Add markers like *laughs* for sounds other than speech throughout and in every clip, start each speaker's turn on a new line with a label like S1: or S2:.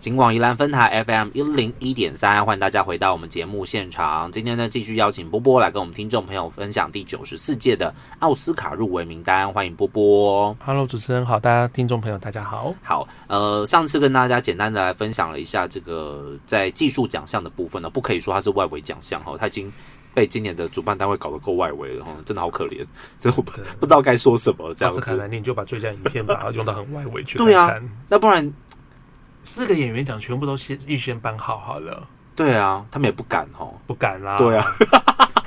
S1: 金广宜兰分台 FM 一零一点三，欢迎大家回到我们节目现场。今天呢，继续邀请波波来跟我们听众朋友分享第九十四届的奥斯卡入围名单，欢迎波波。
S2: Hello，主持人好，大家听众朋友大家好。
S1: 好，呃，上次跟大家简单的来分享了一下这个在技术奖项的部分呢，不可以说它是外围奖项哦哈，它已经被今年的主办单位搞得够外围了哈，真的好可怜，真的我不
S2: 对
S1: 不知道该说什么这
S2: 奥
S1: 样
S2: 斯卡
S1: 子。
S2: 来你就把最佳影片把
S1: *laughs*
S2: 它用到很外围去看
S1: 对啊
S2: 看。
S1: 那不然，
S2: 四个演员奖全部都先预先搬好好了，
S1: 对啊，他们也不敢哈。
S2: 不敢啦。
S1: 对啊，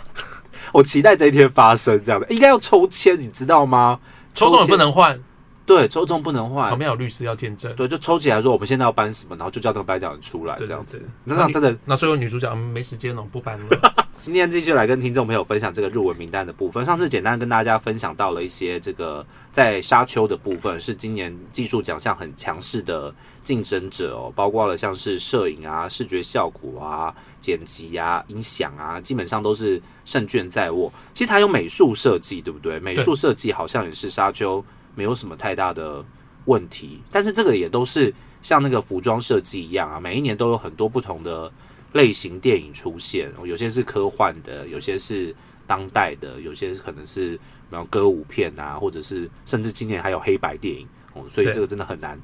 S1: *laughs* 我期待这一天发生这样的，应该要抽签，你知道吗？
S2: 抽中也不
S1: 签
S2: 能换，
S1: 对，抽中不能
S2: 旁
S1: 换。
S2: 边有律师要见证。
S1: 对，就抽起来说我们现在要搬什么，然后就叫那个颁奖人出来
S2: 对
S1: 这样
S2: 对
S1: 子
S2: 对。，
S1: 那这样真的
S2: 那所以女主角嗯没时间了，不搬
S1: *laughs*
S2: 了。
S1: 今天继续来跟听众朋友分享这个入围名单的部分。上次简单跟大家分享到了一些这个在沙丘的部分，是今年技术奖项很强势的竞争者哦，包括了像是摄影啊、视觉效果啊、剪辑啊、音响啊，基本上都是胜券在握。其实还有美术设计，对不对？美术设计好像也是沙丘没有什么太大的问题，但是这个也都是像那个服装设计一样啊，每一年都有很多不同的。类型电影出现，哦有些是科幻的，有些是当代的，有些可能是然后歌舞片啊，或者是甚至今年还有黑白电影哦，所以
S2: 对
S1: 这个真的很难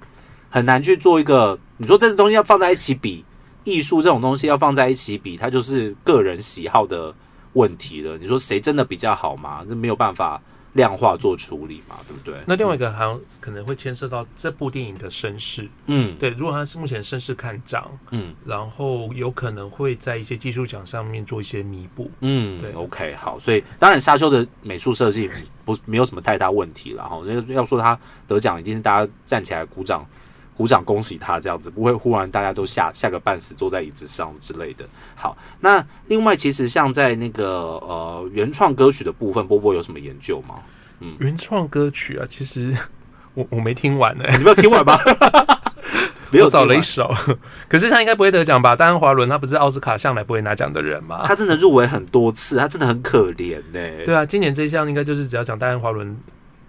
S1: 很难去做一个。你说这个东西要放在一起比，艺术这种东西要放在一起比，它就是个人喜好的问题了。你说谁真的比较好嘛？这没有办法量化做处理嘛，对不对？
S2: 那另外一个好像可能会牵涉到这部电影的身世。
S1: 嗯
S2: 对，如果他是目前身世看涨，
S1: 嗯
S2: 然后有可能会在一些技术奖上面做一些弥补。
S1: 嗯
S2: 对
S1: ，OK，好，所以当然沙丘的美术设计不没有什么太大问题了哈。要要说他得奖，一定是大家站起来鼓掌。鼓掌恭喜他这样子，不会忽然大家都吓吓个半死，坐在椅子上之类的。好，那另外其实像在那个呃原创歌曲的部分，波波有什么研究吗？
S2: 原创歌曲啊，其实 *laughs* 我我没听完呢、欸
S1: 你没有听完
S2: *laughs*
S1: 吧？没
S2: 我
S1: 有
S2: 少
S1: 听
S2: 了
S1: 完
S2: 一首。 *laughs* 可是他应该不会得奖吧？当然，华伦他不是奥斯卡向来不会拿奖的人嘛。
S1: 他真的入围很多次，他真的很可怜呢、
S2: 对啊，今年这一项应该就是只要讲戴安华伦，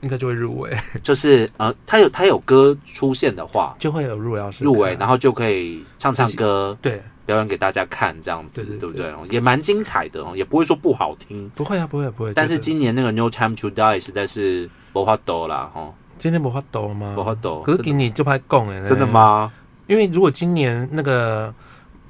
S2: 应该就会入围，
S1: 就是呃，他有他有歌出现的话，
S2: 就会有入围奥斯卡
S1: 入围，然后就可以唱唱歌，
S2: 对，
S1: 表演给大家看，这样子，
S2: 对对
S1: 不对？也蛮精彩的哦，也不会说不好听。
S2: 不会啊，不会、啊、不会。
S1: 但是
S2: 这个
S1: 今年那个《No Time to Die》实在是不法抖啦，哦，
S2: 今天不发抖吗？
S1: 不法抖。
S2: 可是给你就拍供哎，
S1: 真的？吗？
S2: 因为如果今年那个。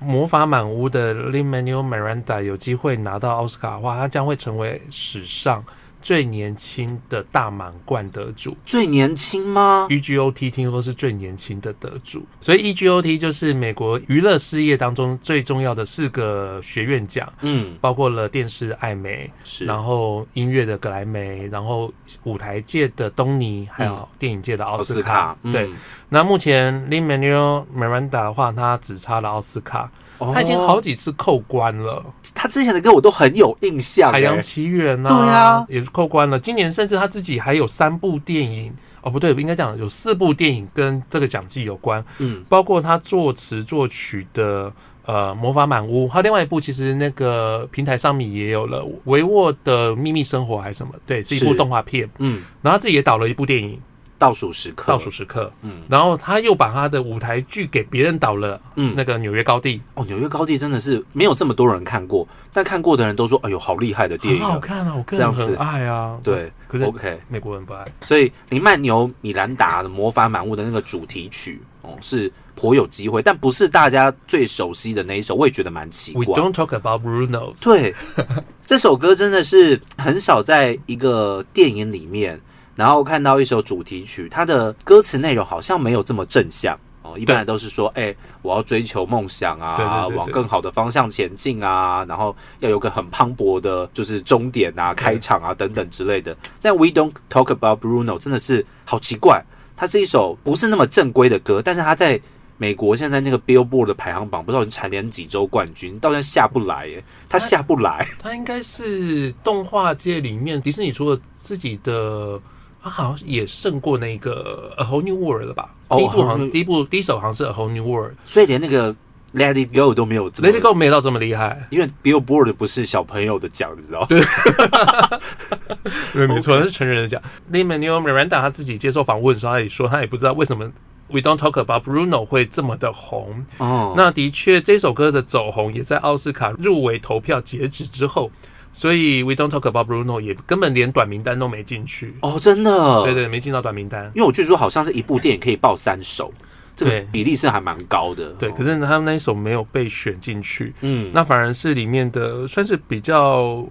S2: 魔法满屋的 Lin Manuel Miranda 有机会拿到奥斯卡的话，他将会成为史上最年轻的大满贯得主。
S1: 最年轻吗？
S2: E EGOT 听说是最年轻的得主，所以 E EGOT 就是美国娱乐事业当中最重要的四个学院奖，
S1: 嗯，
S2: 包括了电视艾美，
S1: 是。
S2: 然后音乐的格莱美，然后舞台界的东尼，还有电影界的
S1: 嗯
S2: 奥
S1: 奥
S2: 斯
S1: 斯
S2: 卡
S1: 卡。，嗯
S2: 对，，那目前 Lin Manuel Miranda 的话，他只差了奥斯卡，
S1: 哦
S2: 他已经好几次扣关了，
S1: 他之前的歌我都很有印象、
S2: 海洋
S1: 哎
S2: 奇缘》呐，
S1: 对啊
S2: 也是扣关了。今年甚至他自己还有三部电影，哦，不对，应该讲有四部电影跟这个奖季有关，
S1: 嗯，
S2: 包括他作词作曲的呃《魔法满屋》，还有另外一部，其实那个平台上面也有了《维沃的秘密生活》还是什么，对，是一部
S1: 是
S2: 动画片。
S1: 嗯，
S2: 然后他自己也导了一部电影
S1: 倒数时
S2: 《
S1: 刻，
S2: 倒数，时刻》，
S1: 嗯
S2: 然后他又把他的舞台剧给别人导了，
S1: 嗯
S2: 那个《纽约高地
S1: 哦，纽约高地真的是没有这么多人看过，但看过的人都说，哎呦，好厉害的》电
S2: 很
S1: 影啊、
S2: 好看啊，我个
S1: 这
S2: 人
S1: 样子
S2: 很爱啊。，
S1: 对，
S2: 可是
S1: OK，
S2: 美国人不爱。
S1: 所以林曼牛米兰达的《魔法满屋》的那个主题曲哦，是颇有机会，但不是大家最熟悉的那一首，我也觉得蛮奇
S2: We
S1: 怪。
S2: don't talk about Bruno。
S1: 对，这首歌真的是很少在一个电影里面，然后看到一首主题曲，它的歌词内容好像没有这么正向。哦，一般
S2: 对
S1: 都是说，哎、我要追求梦想啊，
S2: 对对对对
S1: 往更好的方向前进啊，然后要有个很磅礴的，就是终点啊、开场啊等等之类的。但 We Don't Talk About Bruno 真的是好奇怪，它是一首不是那么正规的歌，但是它在美国现在那个 Billboard 的排行榜，不知道已经蝉联几周冠军，到现在下不来耶，
S2: 啊
S1: 他下不来。
S2: 他应该是动画界里面迪士尼除了自己的，他好像也胜过那个《A Whole New World》了吧？
S1: 哦
S2: 第一部
S1: A Whole
S2: 好
S1: New-
S2: 像第一部第一首好像是《A Whole New World
S1: 所以连那个 Let It Go 都没有》这么
S2: ，Lady Go 没到这么厉害，
S1: 因为 Billboard 不是小朋友的奖，你知道？ *laughs*
S2: 对，没错，那是成人的奖。Lin Manuel Miranda 他自己接受访问的时候，他也说他也不知道为什么 We Don't Talk About Bruno 会这么的红。
S1: 哦，
S2: 那的确，这首歌的走红也在奥斯卡入围投票截止之后，所以 We Don't Talk About Bruno 也根本连短名单都没进去。
S1: 哦，真的，
S2: 对，对，没进到短名单。
S1: 因为我据说好像是一部电影可以报三首，这个
S2: 对
S1: 比例是还蛮高的。
S2: 对，
S1: 哦
S2: 可是他们那一首没有被选进去，
S1: 嗯，
S2: 那反而是里面的算是比较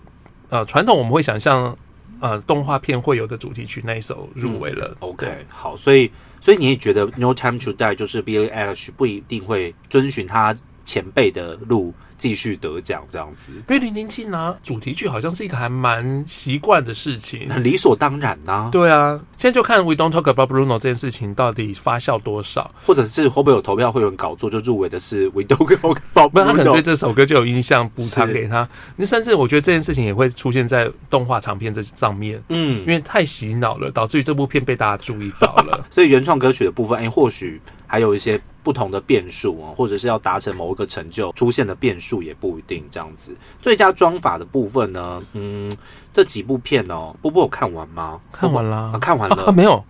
S2: 呃传统，我们会想象呃动画片会有的主题曲那一首入围了。对
S1: OK 好，所以所以你也觉得 No Time to Die 就是 Billie Eilish 不一定会遵循他前辈的路继续得奖这样子，
S2: 因为零零七拿主题曲好像是一个还蛮习惯的事情。
S1: 很理所当然呐、
S2: 对啊，现在就看 We Don't Talk About Bruno 这件事情到底发酵多少。
S1: 或者是会不会有投票会有人搞错，就入围的是 We Don't Go About
S2: 不然他可能对
S1: Bruno
S2: 这首歌就有印象，补偿
S1: 是
S2: 给他。那甚至我觉得这件事情也会出现在动画长片这上面，
S1: 嗯。
S2: 因，为太洗脑了，导致于这部片被大家注意到了
S1: 所以原创歌曲的部分，哎、或许还有一些不同的变数啊，或者是要达成某一个成就出现的变数也不一定这样子。最佳妆法的部分呢，嗯，这几部片哦，波波有看完吗？
S2: *laughs* 看完
S1: 波
S2: 啦
S1: 波啊，，看完
S2: 啊啊
S1: 了。
S2: 没有，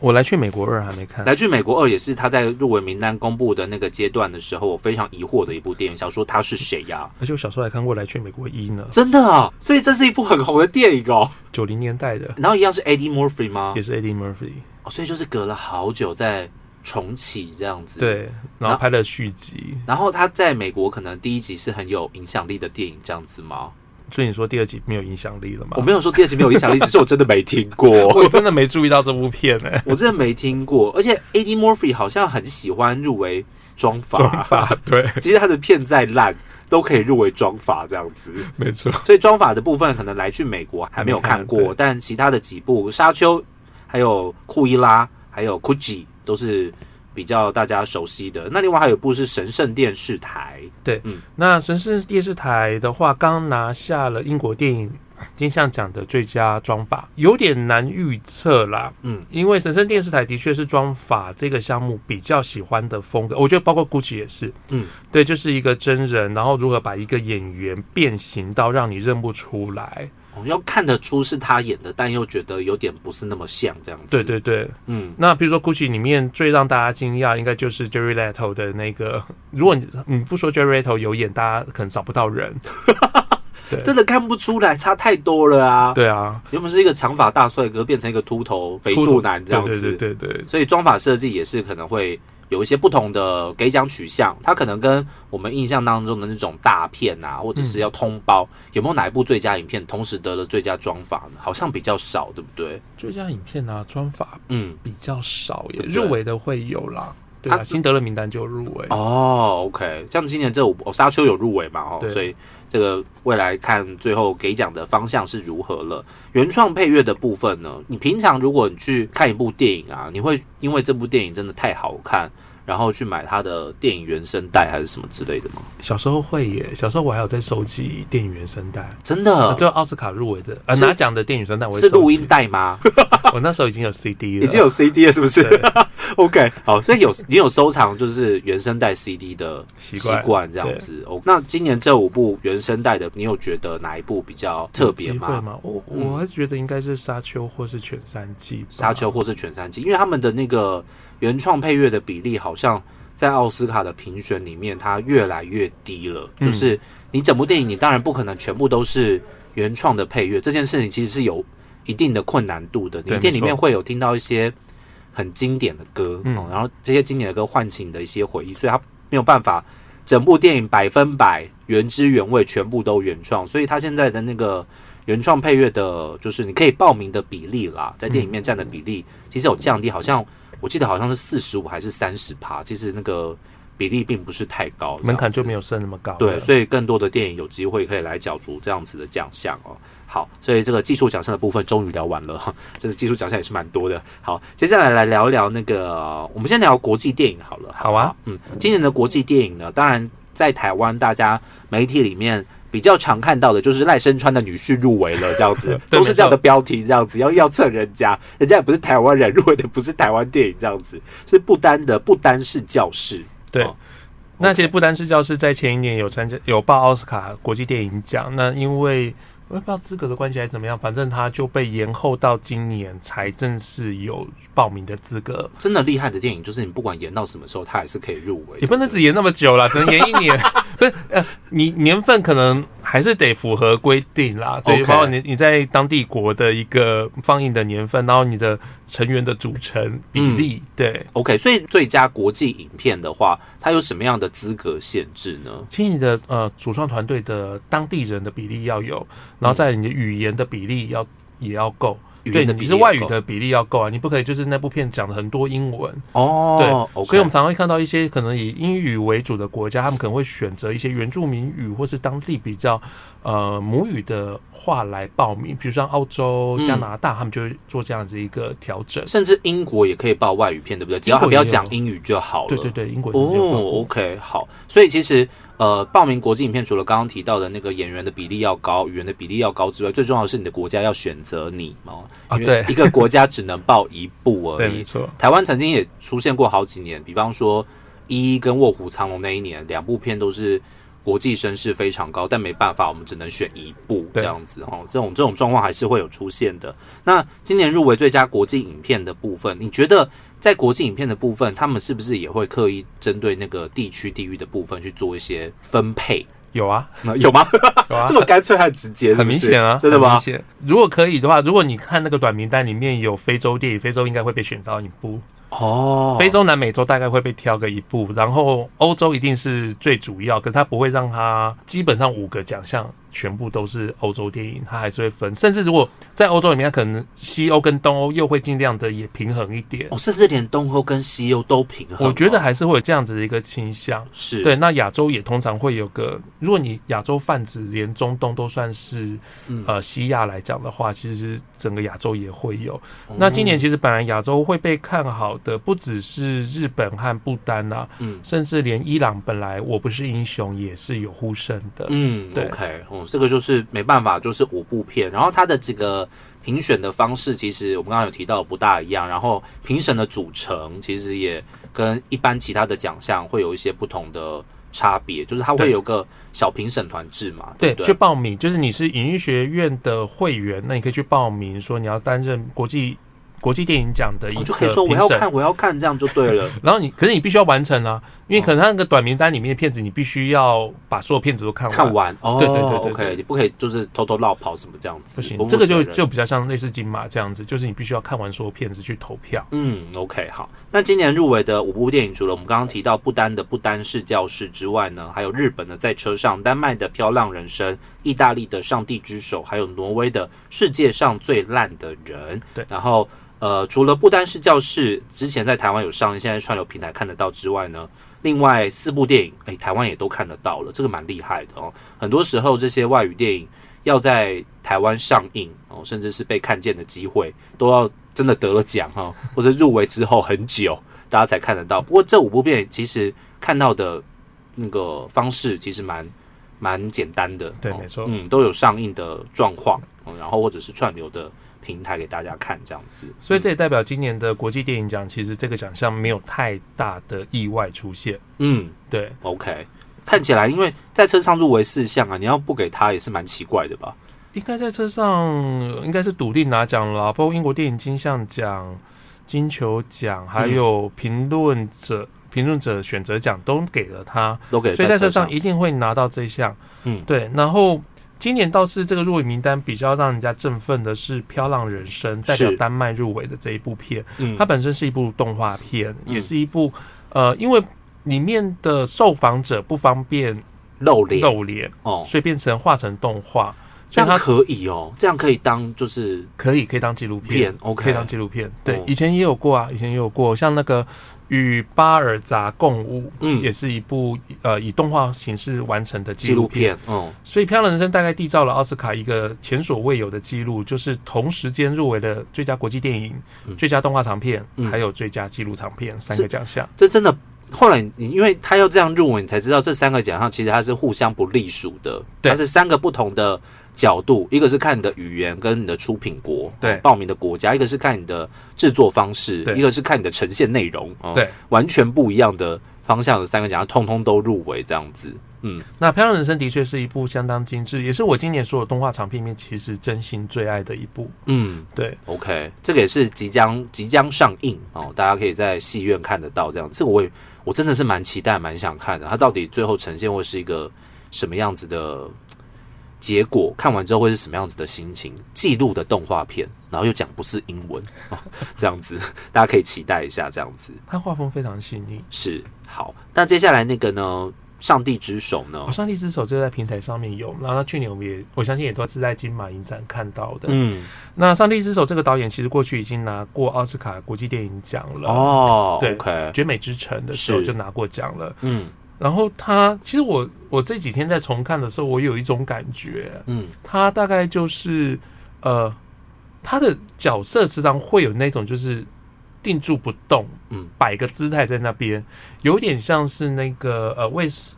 S2: 我来去美国二还没看。
S1: 来去美国二也是他在入围名单公布的那个阶段的时候，我非常疑惑的一部电影，想说他是谁呀、
S2: 而且我小时候还看过《来去美国一》呢，
S1: 真的啊，所以这是一部很红的电影哦。
S2: 九零年代的，
S1: 然后一样是 Eddie Murphy 吗
S2: 也？是 Eddie Murphy
S1: 哦所以就是隔了好久再重启这样子。
S2: 对，然
S1: 那
S2: 后拍了续集。
S1: 然后他在美国可能第一集是很有影响力的电影，这样子吗？
S2: 所以你说第二集没有影响力了吗？
S1: 我没有说第二集没有影响力，只是我真的没听过，
S2: *laughs* 我真的没注意到这部片呢、
S1: 我真的没听过。而且 A D Murphy 好像很喜欢入围妆
S2: 妆
S1: 法，
S2: 法对，
S1: 其实他的片再烂都可以入围妆法这样子。
S2: 没错。
S1: 所以妆法的部分可能来去美国还没有看
S2: 还没
S1: 过，
S2: 看
S1: 但其他的几部《沙丘》、还有《库伊拉》、还有《库吉》都是比较大家熟悉的。那另外还有一部是《神圣电视台》，
S2: 那神圣电视台的话，刚拿下了英国电影金像奖的最佳妆法，有点难预测啦。
S1: 嗯，
S2: 因为神圣电视台的确是妆法这个项目比较喜欢的风格，我觉得包括 GUCCI 也是。
S1: 嗯，
S2: 对，就是一个真人，然后如何把一个演员变形到让你认不出来。
S1: 哦要看得出是他演的，但又觉得有点不是那么像这样子。
S2: 对，对对，
S1: 嗯，
S2: 那比如说 GUCCI 里面最让大家惊讶，应该就是 Jerry Leto 的那个，如果你你不说 Jerry Leto 有演，大家可能找不到人。对
S1: 真的看不出来，差太多了啊！
S2: 对啊，
S1: 原本是一个长发大帅哥，变成一个秃头北
S2: 秃头
S1: 肚腩这样子。
S2: 对对对对对，
S1: 所以妆法设计也是可能会有一些不同的给奖取向，它可能跟我们印象当中的那种大片啊，或者
S2: 嗯
S1: 是要通包，有没有哪一部最佳影片同时得了最佳妆法呢？好像比较少，对不对？
S2: 最佳影片啊，妆法
S1: 嗯，
S2: 比较少耶，
S1: 对不对
S2: 入围的会有啦。对啊，
S1: 他
S2: 新得了名单就有入围。
S1: 哦，OK，像今年这五部、哦沙丘》有入围嘛，哦，
S2: 对
S1: 所以这个未来看最后给奖的方向是如何了。原创配乐的部分呢，你平常如果你去看一部电影啊，你会因为这部电影真的太好看，然后去买它的电影原声带还是什么之类的吗？
S2: 小时候会耶，小时候我还有在收集电影原声带，
S1: 真的，
S2: 啊，就奥斯卡入围的呃
S1: 是
S2: 拿奖的电影原声带，我会
S1: 是录
S2: 收集
S1: 音。带吗？
S2: 我那时候已经有 CD 了，
S1: 已经有 CD 了，是不是
S2: 对
S1: *laughs* ？OK，好，所以有你有收藏就是原声带 CD 的
S2: 习
S1: 习
S2: 惯
S1: 惯这样子。哦，那今年这五部原声带的，你有觉得哪一部比较特别
S2: 有机会
S1: 吗？嗯
S2: 吗？我我还觉得应该是沙丘或是犬山记吧。
S1: 沙丘或是犬山记，因为他们的那个原创配乐的比例好像在奥斯卡的评选里面，它越来越低了。
S2: 嗯
S1: 就是你整部电影，你当然不可能全部都是原创的配乐，这件事情其实是有一定的困难度的。
S2: 对
S1: 你店里
S2: 没
S1: 面
S2: 错
S1: 会有听到一些很经典的歌，
S2: 嗯
S1: 哦然后这些经典的歌唤起你的一些回忆，所以它没有办法整部电影百分百原汁原味，全部都原创。所以它现在的那个原创配乐的，就是你可以报名的比例啦，在电影面占的比例、其实有降低，好像我记得好像是四十五还是三十趴，其实那个比例并不是太高，
S2: 门槛就没
S1: 有。
S2: 有设那么高了。
S1: 对，所以更多的电影有机会可以来角逐这样子的奖项哦。好，所以这个技术奖项的部分终于聊完了， *laughs* 这个技术奖项也是蛮多的。好，接下来来聊一聊那个，我们先聊国际电影好了。
S2: 好啊，
S1: 嗯，今年的国际电影呢，当然在台湾大家媒体里面。比较常看到的就是赖声川的女婿入围了，这样 *laughs* 子
S2: 对
S1: 都是这样的
S2: 没
S1: 标题，这样子要要蹭人家，人家也不是台湾人 *laughs* 入围的，不是台湾电影，这样子是不丹的不丹是教室，
S2: 对
S1: 哦。
S2: 那其实不丹是教室在前一年有参加有报奥斯卡国际电影奖，那因为我也不知道资格的关系还是怎么样，反正他就被延后到今年才正式有报名的资格。
S1: 真的厉害的电影，就是你不管演到什么时候，它还是可以入围。
S2: 也不能只演那么久啦，只能演一年。 *laughs* 不是，呃，你年份可能还是得符合规定啦。对
S1: OK
S2: 包括你你在当地国的一个放映的年份，然后你的成员的组成比例，对。
S1: OK，所以最佳国际影片的话，它有什么样的资格限制呢？
S2: 其实你的呃主创团队的当地人的比例要有，然后再来你的语言的比例要也要够。
S1: 嗯语
S2: 对，
S1: 言的比例
S2: 你是外
S1: 要
S2: 语
S1: 够
S2: 的比例要够啊，你不可以就是那部片讲了很多英文，对
S1: 哦，o k
S2: 所以我们常常会看到一些可能以英语为主的国家，他们可能会选择一些原住民语或是当地比较呃母语的话来报名，比如像澳洲、
S1: 嗯
S2: 加拿大，他们就会做这样子一个一个调整。
S1: 甚至英国也可以报外语片，对不对？只要他
S2: 英国
S1: 不
S2: 也
S1: 要
S2: 有
S1: 讲英语就好了。
S2: 对对对，英国也是这样报
S1: 哦，OK，好，所以其实呃，报名国际影片除了刚刚提到的那个演员的比例要高、语言的比例要高之外，最重要的是你的国家要选择你嘛，
S2: 啊
S1: 因为
S2: 对
S1: 一个国家只能报一部而
S2: *laughs* 对，
S1: 已
S2: 没。错。
S1: 台湾曾经也出现过好几年，比方说《一》跟《卧虎藏龙》那一年，两部片都是国际声势非常高，但没办法，我们只能选一部这
S2: 对
S1: 样子哦。这种这种状况还是会有出现的。那今年入围最佳国际影片的部分，你觉得在国际影片的部分，他们是不是也会刻意针对那个地区地域的部分去做一些分
S2: *laughs*
S1: 配？
S2: 有啊，
S1: 那有吗？
S2: 有
S1: *laughs*
S2: 啊
S1: 这。么干脆和直接是不是，
S2: 很明显啊，
S1: 真的
S2: 很明
S1: 吗？
S2: 显如果可以的话，如果你看那个短名单里面有非洲电影，非洲应该会被选到一部，
S1: 哦，
S2: 非洲、南美洲大概会被挑个一部，然后欧洲一定是最主要，可是它不会让它基本上五个奖项全部都是欧洲电影，它还是会分。甚至如果在欧洲里面，它可能西欧跟东欧又会尽量的也平衡一点。
S1: 哦，甚至连东欧跟西欧都平衡哦，
S2: 我觉得还是会有这样子的一个倾向。
S1: 是
S2: 对，那亚洲也通常会有个，如果你亚洲泛指连中东都算是
S1: 嗯
S2: 呃西亚来讲的话，其实整个亚洲也会有。
S1: 哦
S2: 那今年其实本来亚洲会被看好的，不只是日本和不丹啊，
S1: 嗯
S2: 甚至连伊朗本来我不是英雄也是有呼声的。
S1: 嗯
S2: 对
S1: ，OK，哦、这个就是没办法，就是五部片，然后它的这个评选的方式，其实我们刚刚有提到不大一样，然后评审的组成其实也跟一般其他的奖项会有一些不同的差别，就是它会
S2: 对
S1: 有个小评审团制嘛，
S2: 对，
S1: 不
S2: 去报名，就是你是影艺学院的会员，那你可以去报名，说你要担任国际国际电影奖的一
S1: 哦
S2: 个
S1: 就可以说我
S2: 评
S1: 要
S2: 审。
S1: 看，我要看，这样就对
S2: *laughs*
S1: 了。
S2: 然后你，可是你必须要完成啊，因为可能他那个短名单里面的片子，你必须要把所有片子都看完。
S1: 看完哦，
S2: 对对对对
S1: o k
S2: 对
S1: 你不可以就是偷偷绕跑什么这样子，
S2: 不行
S1: 我，
S2: 这个就
S1: 责任
S2: 就比较像类似金马这样子，就是你必须要看完所有片子去投票。
S1: 嗯，OK，好。那今年入围的五部电影，除了我们刚刚提到不丹的《不丹式教室》之外呢，还有日本的《在车上》、丹麦的《飘浪人生》、意大利的《上帝之手》，还有挪威的《世界上最烂的人》。
S2: 对
S1: 然后呃，除了不丹式教室之前在台湾有上映，现在串流平台看得到之外呢，另外四部电影，哎，台湾也都看得到了，这个蛮厉害的哦。很多时候这些外语电影要在台湾上映哦，甚至是被看见的机会，都要真的得了奖哈、哦， *laughs* 或者入围之后很久，大家才看得到。不过这五部电影其实看到的那个方式其实蛮蛮简单的，
S2: 对
S1: 哦
S2: 没错
S1: 嗯，都有上映的状况，哦然后或者是串流的平台给大家看这样子。
S2: 所以这也代表今年的国际电影奖，其实这个奖项没有太大的意外出现。
S1: 嗯
S2: 对，
S1: ，OK，看起来因为在车上入围四项啊，你要不给他也是蛮奇怪的吧？
S2: 应该在车上呃应该是笃定拿奖了啊，包括英国电影金像奖、金球奖，还有评论者、评论者选择奖都给了他，
S1: 都给
S2: 所以在车
S1: 车
S2: 上一定会拿到这项。
S1: 嗯
S2: 对。然后今年倒是这个入围名单比较让人家振奋的是《飘浪人生》，代表
S1: 是
S2: 丹麦入围的这一部片。
S1: 嗯
S2: 它本身是一部动画片，
S1: 嗯
S2: 也是一部呃，因为里面的受访者不方便
S1: 露脸
S2: 露脸，
S1: 哦，
S2: 所以变成画成动画，
S1: 这
S2: 所以
S1: 样
S2: 它
S1: 可以哦，这样可以当就是
S2: 可以可以当纪录片
S1: 片，，OK，
S2: 可以当纪录片。对
S1: 哦，
S2: 以前也有过啊，以前也有过，像那个。与巴尔扎共舞，
S1: 嗯
S2: 也是一部呃以动画形式完成的纪
S1: 纪
S2: 录
S1: 录
S2: 片，
S1: 片，嗯，
S2: 所以《漂亮人生》大概缔造了奥斯卡一个前所未有的记录，就是同时间入围了最佳国际电影、
S1: 嗯
S2: 最佳动画长片，
S1: 嗯
S2: 还有最佳纪录长片三
S1: 这
S2: 个奖项。
S1: 这真的。后来你因为他要这样入围，你才知道这三个奖项其实它是互相不隶属的，
S2: 对
S1: 它是三个不同的角度，一个是看你的语言跟你的出品国，
S2: 对
S1: 哦报名的国家，一个是看你的制作方式，
S2: 对
S1: 一个是看你的呈现内容，哦
S2: 对，
S1: 完全不一样的方向的三个奖项，通通都入围这样子。嗯，
S2: 那《漂亮人生》的确是一部相当精致，也是我今年所有动画长片里面其实真心最爱的一部。
S1: 嗯
S2: 对，
S1: ，OK，这个也是即将即将上映哦，大家可以在戏院看得到这样。这个我也我真的是蛮期待、蛮想看的，它到底最后呈现会是一个什么样子的结果？看完之后会是什么样子的心情？记录的动画片，然后又讲不是英文、哦，这样子大家可以期待一下这样子。
S2: 它画风非常细腻。
S1: 是好，那接下来那个呢？上帝之手呢
S2: 哦，？上帝之手就在平台上面有，然后它去年我们也，我相信也都是在金马影展看到的。
S1: 嗯，
S2: 那《上帝之手》这个导演其实过去已经拿过奥斯卡国际电影奖了，
S1: 哦
S2: 对
S1: ，OK，
S2: 绝美之城》的时候
S1: 是
S2: 就拿过奖了。
S1: 嗯
S2: 然后他，其实我我这几天在重看的时候，我有一种感觉，
S1: 嗯，
S2: 他大概就是呃，他的角色时常会有那种就是定住不动，
S1: 嗯，
S2: 摆个姿态在那边，有点像是那个呃卫斯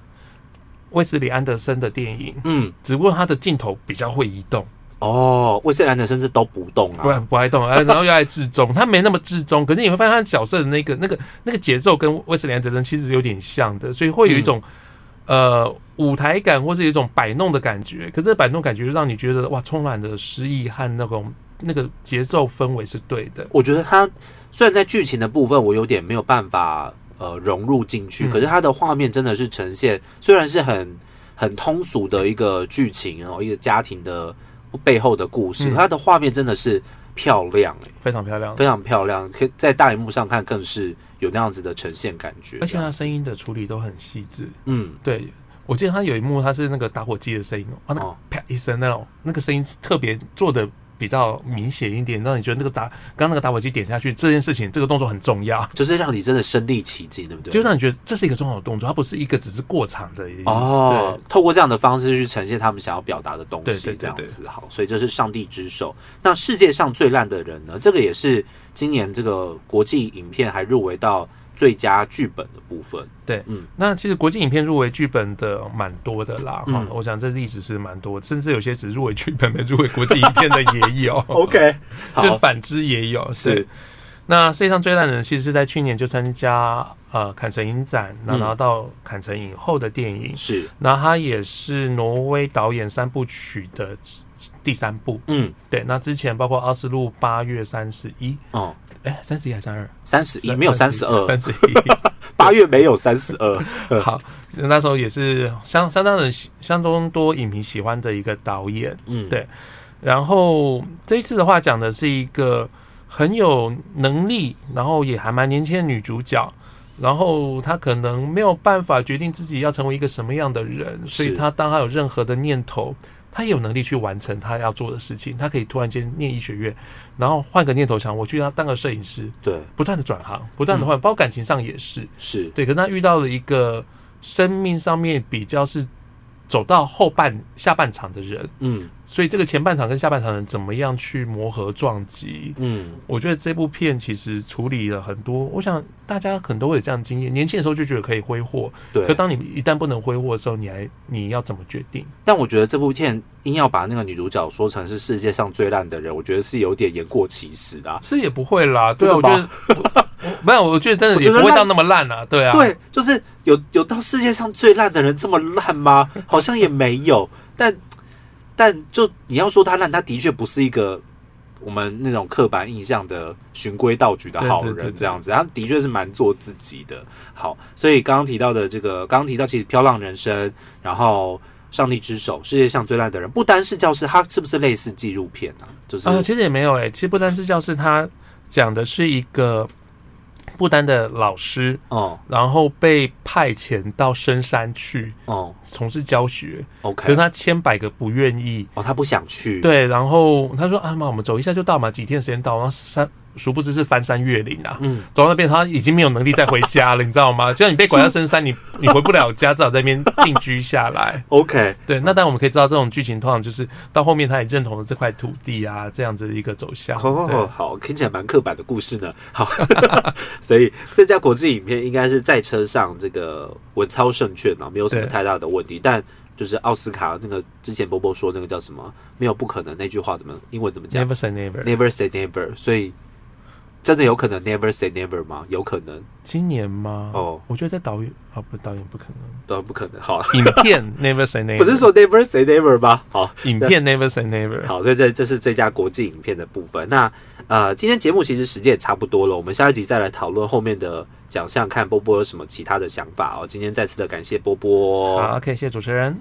S2: 卫斯理安德森的电影，
S1: 嗯，
S2: 只不过他的镜头比较会移动，
S1: 哦，魏斯兰的甚至都不动
S2: 不
S1: 啊，
S2: 然不爱动，呃然后又爱至中，他没那么至中，可是你会发现他的角色的那个那个那个节奏跟威斯兰德森其实有点像的，所以会有一种、呃舞台感，或是有一种摆弄的感觉。可是这摆弄感觉就让你觉得哇，充满了诗意和那种那个节奏氛围是对的。
S1: 我觉得他虽然在剧情的部分我有点没有办法呃融入进去，
S2: 嗯
S1: 可是他的画面真的是呈现，虽然是很很通俗的一个剧情，然后一个家庭的背后的故事，
S2: 嗯
S1: 可他的画面真的是漂亮、欸，
S2: 非常漂亮，
S1: 非常漂亮，可以在大荧幕上看更是有那样子的呈现感觉，啊
S2: 而且他声音的处理都很细致。
S1: 嗯。
S2: 对，我记得他有一幕，他是那个打火机的声音，啊，那个
S1: 哦
S2: 啪一声那种，那个声音特别做的比较明显一点，让你觉得那个打刚刚那个打火机点下去这件事情，这个动作很重要，
S1: 就是让你真的身临其境，对不对？
S2: 就让你觉得这是一个重要的动作，它不是一个只是过场的一
S1: 哦，透过这样的方式去呈现他们想要表达的东西，
S2: 对对对
S1: 这样子好，所以这是上帝之手。那世界上最烂的人呢？这个也是今年这个国际影片还入围到最佳剧本的部分。
S2: 对。那其实国际影片入围剧本的蛮多的啦，哈、
S1: 嗯。
S2: 我想这历史是蛮多，甚至有些只入围剧本的，入围国际影片的也有
S1: OK， *laughs*
S2: 哦 *laughs* 就
S1: 好，
S2: 反之也有
S1: 是
S2: 是。那世界上最烂的人，其实是在去年就参加呃坎城影展，然
S1: 嗯
S2: 后拿到坎城影后的电影。
S1: 是，
S2: 那他也是挪威导演三部曲的第三部。
S1: 嗯，
S2: 对，那之前包括《奥斯陆八月三十一》，
S1: 哦，
S2: 哎，三十一还是三二？
S1: 三十一没有三十二，
S2: 三十
S1: *laughs*
S2: 一。
S1: 八月没有三十二。
S2: 好，那时候也是相相当的相当多影迷喜欢的一个导演。
S1: 嗯，
S2: 对然后这一次的话，讲的是一个很有能力，然后也还蛮年轻的女主角。然后她可能没有办法决定自己要成为一个什么样的人，所以
S1: 是
S2: 她当她有任何的念头，她也有能力去完成她要做的事情。她可以突然间念医学院，然后换个念头想我去要当个摄影师，
S1: 对，
S2: 不断的转行，不断的换，包括感情上也是。
S1: 是，
S2: 对，可是她遇到了一个生命上面比较是走到后半下半场的人，
S1: 嗯
S2: 所以这个前半场跟下半场怎么样去磨合撞击？
S1: 嗯，
S2: 我觉得这部片其实处理了很多，我想大家可能都会有这样的经验。年轻的时候就觉得可以挥霍，
S1: 对
S2: 可。当你一旦不能挥霍的时候，你还你要怎么决定？
S1: 但我觉得这部片硬要把那个女主角说成是世界上最烂的人，我觉得是有点言过其实的啊。
S2: 是也不会啦，对啊，
S1: 真
S2: 我
S1: 的
S2: 觉 *laughs* 得我我没有，我觉得真
S1: 我
S2: 的
S1: 觉
S2: 也
S1: 得
S2: 不会
S1: 烂
S2: 到那么烂啊，对啊，
S1: 对，就是有有到世界上最烂的人这么烂
S2: *laughs*
S1: 吗？好像也没有，但但就你要说他烂，他的确不是一个我们那种刻板印象的循规蹈矩的好
S2: 对对
S1: 人
S2: 对对
S1: 这样子，他的确是蛮做自己的。好，所以刚刚提到的这个，刚刚提到其实《漂浪人生》，然后。上帝之手，世界上最烂的人，不单是教师，他是不是类似纪录片啊？就是、
S2: 啊、其实也没有诶、其实不丹是教室，它讲的是一个不丹的老师，
S1: 哦
S2: 然后被派遣到深山去
S1: 哦
S2: 从事教学，可
S1: ，OK，
S2: 是他千百个不愿意。
S1: 哦，他不想去，，
S2: 对，然后他说：“啊妈，我们走一下就到嘛，几天时间到。”然后山，殊不知是翻山越岭啊。
S1: 嗯，
S2: 走到那边，他已经没有能力再回家了，你知道
S1: *laughs*
S2: 吗？就像你被拐到深山，你你回不了家，只好在那边定居下来。 *laughs*
S1: ，OK，
S2: 对，那当然我们可以知道，这种剧情通常就是到后面他也认同了这块土地啊，这样子的一个走向。
S1: 哦
S2: 对，
S1: 好，听起来蛮刻板的故事呢。好， *laughs* 所以这家国际影片应该是在车上这个稳操胜券啊，没有什么
S2: 对
S1: 太大的问题。但就是奥斯卡那个之前波波说那个叫什么“没有不可能”那句话怎么英文怎么讲
S2: ，Never say never。
S1: ？Never say never。所以真的有可能 never say never 吗？有可能，
S2: 今年吗？
S1: 哦，
S2: 我觉得在导演啊，不是导演不可能，
S1: 当然不可能。好，
S2: 影片 Never Say Never，
S1: 不是说 never say never 吧？好，
S2: 影片 Never Say Never，
S1: 好，所以这这是最佳国际影片的部分。那呃，今天节目其实时间也差不多了，我们下一集再来讨论后面的奖项，看波波有什么其他的想法哦。今天再次的感谢波波。
S2: 好，OK，谢谢主持人。